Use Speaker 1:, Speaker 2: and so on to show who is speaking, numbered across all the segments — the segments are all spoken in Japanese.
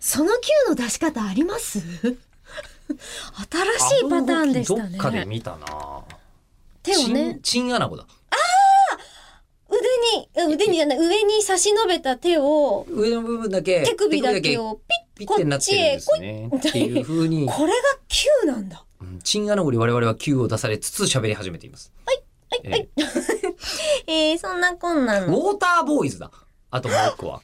Speaker 1: その Q の出し方あります 新しいパターンでした
Speaker 2: あの動
Speaker 1: ね
Speaker 2: きどっかで見たな。
Speaker 1: 手をね
Speaker 2: チンチンアナゴだ。
Speaker 1: 腕に腕にじゃない上に差し伸べた手を
Speaker 2: 上の部分だけ
Speaker 1: 手首だけをピ
Speaker 2: ピ
Speaker 1: ッ
Speaker 2: ッてなってるんですね。
Speaker 1: こっちへ
Speaker 2: っていう風に、
Speaker 1: これが Q なんだ
Speaker 2: うんチンアナゴに我々は Q を出されつつ喋り始めています。
Speaker 1: はい
Speaker 2: え
Speaker 1: はいえー、そんなこんな
Speaker 2: ウ
Speaker 1: の
Speaker 2: ォーターボーイズだ。あともう一個は。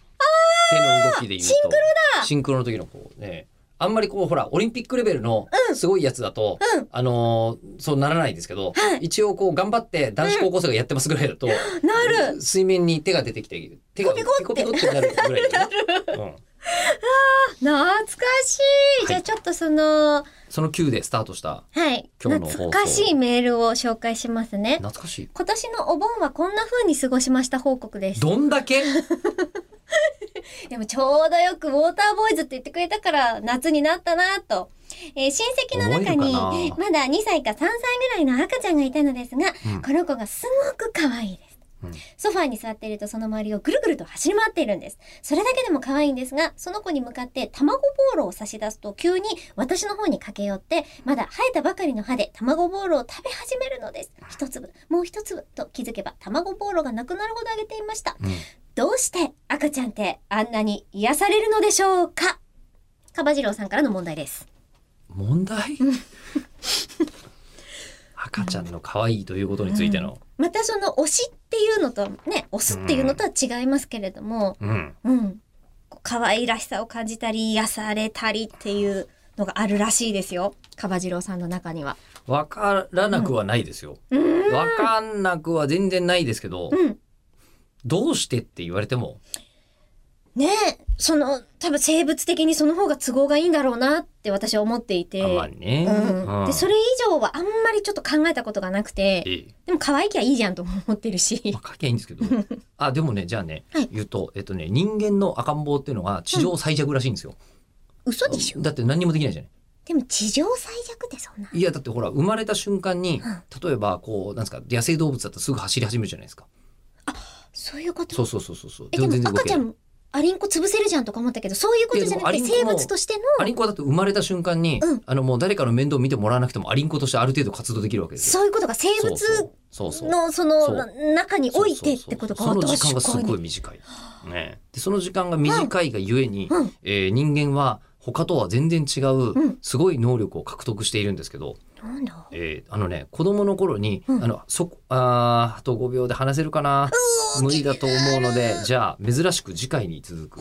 Speaker 2: 手の動きで言うと。シンクロだシンクロの時のこうね。あんまりこうほら、オリンピックレベルのすごいやつだと、
Speaker 1: うん
Speaker 2: あのーそうならないんですけど、
Speaker 1: はい
Speaker 2: 一応こう頑張って男子高校生がやってますぐらいだと、
Speaker 1: なる
Speaker 2: 水面に手が出てきて、手が
Speaker 1: ピ
Speaker 2: ピ
Speaker 1: コ
Speaker 2: コ
Speaker 1: ピ
Speaker 2: ピ
Speaker 1: コっ
Speaker 2: コ
Speaker 1: て
Speaker 2: ってなるぐらいだよね。 うん、
Speaker 1: 懐かしい、じゃあちょっとその
Speaker 2: その Q でスタートした。
Speaker 1: はい
Speaker 2: 今日の放送
Speaker 1: 懐かしいメールを紹介しますね
Speaker 2: 懐かしい。
Speaker 1: 今年のお盆はこんな風に過ごしました報告です
Speaker 2: どんだ け
Speaker 1: でもちょうどよくウォーターボーイズって言ってくれたから夏になったなと。えー親戚の中
Speaker 2: 思え
Speaker 1: に
Speaker 2: るか
Speaker 1: まだ2歳か3歳ぐらいの赤ちゃんがいたのですが、
Speaker 2: うん
Speaker 1: この子がすごく可愛いです。
Speaker 2: うん
Speaker 1: ソファーに座っているとその周りをぐるぐると走り回っているんです。それだけでも可愛いんですが、その子に向かって卵ボールを差し出すと急に私の方に駆け寄って、まだ生えたばかりの歯で卵ボールを食べ始めるのです。一粒、もう一粒と気づけば卵ボールがなくなるほどあげていました。どうして赤ちゃんってあんなに癒されるのでしょうかカバジローさんからの問題です。
Speaker 2: 問題 赤ちゃんの可愛いということについての。
Speaker 1: またその推しっていうのとね、推すっていうのとは違いますけれども、
Speaker 2: うん。
Speaker 1: うん。こう可愛らしさを感じたり、癒されたりっていうのがあるらしいですよ。カバジローさんの中には。
Speaker 2: わからなくはないですよ。
Speaker 1: うん。
Speaker 2: わかんなくは全然ないですけど、
Speaker 1: うん。
Speaker 2: どうしてって言われても、
Speaker 1: ねえ、その、多分生物的にその方が都合がいいんだろうなって私は思っていて。
Speaker 2: あんまりね。
Speaker 1: うん。で、そ
Speaker 2: れ、
Speaker 1: れ以上はあんまりちょっと考えたことがなくて。
Speaker 2: ええ
Speaker 1: でも可愛きゃいいじゃんとも思ってるし
Speaker 2: ま。あ、書きゃいいんです けど。あ、でもね、じゃあね、
Speaker 1: はい
Speaker 2: 言うと、えっとね、人間の赤ん坊っていうのが地上最弱らしいんですよ。
Speaker 1: 嘘でしょ
Speaker 2: だって何にもできないじゃない。
Speaker 1: でも地上最弱ってそんな。
Speaker 2: いや、だってほら、生まれた瞬間に
Speaker 1: うん、
Speaker 2: 例えば、こう、なんですか、野生動物だったらすぐ走り始めるじゃないですか。
Speaker 1: そういうこと
Speaker 2: そうそうそうそうそう。
Speaker 1: え、で
Speaker 2: 全
Speaker 1: も
Speaker 2: 然動
Speaker 1: 赤
Speaker 2: け
Speaker 1: ち
Speaker 2: な
Speaker 1: ゃ
Speaker 2: い
Speaker 1: ん、アリンコ潰せるじゃんとか思ったけど、そういうことじゃなくて
Speaker 2: いやでもアリ
Speaker 1: 生
Speaker 2: ンコも
Speaker 1: 物として
Speaker 2: ア
Speaker 1: の、
Speaker 2: リンコはだって生まれた瞬間に、
Speaker 1: うん
Speaker 2: あのもう誰かの面倒を見てもらわなくてもアリンコとしてある程度活動できるわけですよ。
Speaker 1: そういうことが生物
Speaker 2: そうそうそうそう
Speaker 1: のそ
Speaker 2: そ
Speaker 1: の
Speaker 2: う
Speaker 1: な中に置いてってことか。
Speaker 2: そうそうそうその時間がすごい
Speaker 1: 確かに
Speaker 2: 短い。ね、でその時間が短いがゆえに、
Speaker 1: うん
Speaker 2: えー人間は他とは全然違
Speaker 1: う
Speaker 2: うんすごい能力を獲得しているんですけど、
Speaker 1: なんだ
Speaker 2: えーあのね子供の頃に、
Speaker 1: うん
Speaker 2: あのそこあーあと5秒で話せるかな無理だと思うのでじゃあ珍しく次回に続く